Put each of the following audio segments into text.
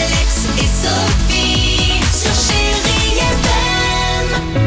Alex et Sophie sur Chérie FM.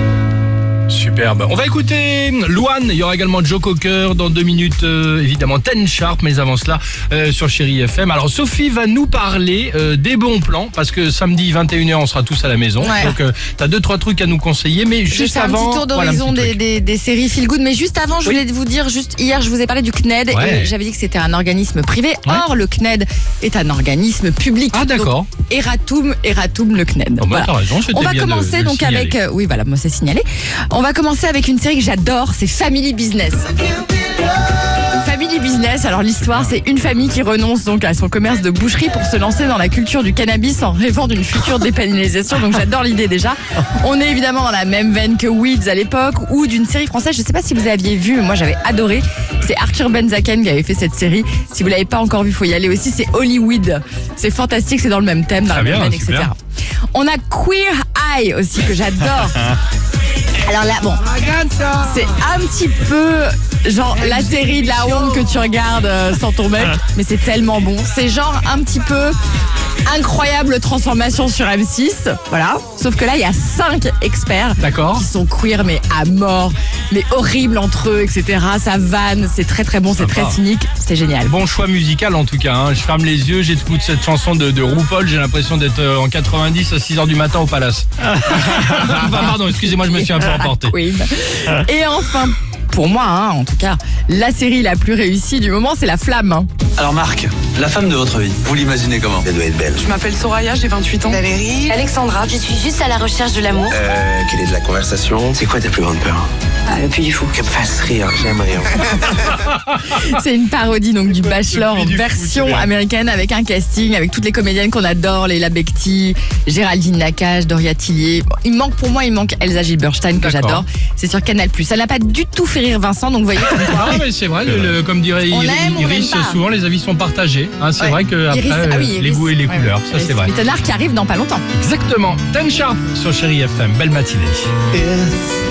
Superbe. On va écouter Luan. Il y aura également Joe Cocker dans deux minutes, euh, évidemment Ten Sharp, mais avant cela, euh, sur Chéri FM. Alors, Sophie va nous parler euh, des bons plans, parce que samedi 21h, on sera tous à la maison. Ouais. Donc, euh, t'as deux, trois trucs à nous conseiller, mais Juste juste un avant. petit tour voilà, un d'horizon petit des, truc. des- des séries Feel Good. Mais juste avant, je Oui. voulais vous dire, juste hier, je vous ai parlé du CNED. Ouais. et J'avais dit que c'était un organisme privé. Or, le CNED est un organisme public. Ah, d'accord. Donc, Eratum, Eratum, le CNED. Oh, bah, Voilà. t'as raison, c'était On va bien de commencer le donc signaler. avec. euh, oui, voilà, moi c'est signalé. On va commencer avec une série que j'adore, c'est Family Business. Family Business, alors l'histoire, c'est une famille qui renonce donc à son commerce de boucherie pour se lancer dans la culture du cannabis en rêvant d'une future dépénalisation. Donc j'adore l'idée déjà. On est évidemment dans la même veine que Weeds à l'époque ou d'une série française. Je sais pas si vous aviez vu, mais moi j'avais adoré. C'est Arthur Benzaken qui avait fait cette série. Si vous l'avez pas encore vu, faut y aller aussi. C'est Hollywood. C'est fantastique, c'est dans le même thème, dans Très la même bien, veine, super. etc. On a Queer Eye aussi que j'adore. Alors là, bon, c'est un petit peu genre la série de la honte que tu regardes euh, sans ton mec, Ah. mais c'est tellement bon. C'est genre un petit peu incroyable transformation sur M6, voilà. Sauf que là, il y a cinq experts D'accord. qui sont queer mais à mort, mais horribles entre eux, etc. Ça vanne, c'est très très bon, c'est Sympa. très cynique, c'est génial. Bon choix musical en tout cas. hein. Je ferme les yeux, j'écoute cette chanson de, de RuPaul. J'ai l'impression d'être euh, en 90 à 6h du matin au palace. Enfin, pardon, excusez-moi, je me suis un peu emporté. Oui. Ah, Ah. Et enfin, pour moi, hein, en tout cas, la série la plus réussie du moment, c'est La Flamme. hein. Alors Marc, la femme de votre vie, vous l'imaginez comment Elle doit être belle. Je m'appelle Soraya, j'ai 28 ans. Alexandra, je suis juste à la recherche de l'amour. Euh, quelle est de la conversation C'est quoi ta plus grande peur Ah, le puits du fou. Qu'elle me fasse rire, j'aimerais. C'est une parodie donc du Bachelor puits en du fou, version tu verras. américaine avec un casting avec toutes les comédiennes qu'on adore, Leila Becti, Géraldine Nakache, Doria Tillier. Bon, il manque pour moi, il manque Elsa Gilberstein que D'accord. j'adore. C'est sur Canal+. Ça n'a pas du tout fait rire Vincent, donc vous voyez. comme quoi- Ah mais c'est vrai, le- le- comme dirait On aime, on Iris, n'aime pas. souvent les avis sont partagés. hein, c'est Ouais. vrai que après, Iris- ah euh, oui, les Iris. goûts et les Ouais, couleurs, ouais. ça c'est vrai. Métonard qui arrive dans pas longtemps. Exactement. Ten Sharp sur Chéri FM. Belle matinée. It's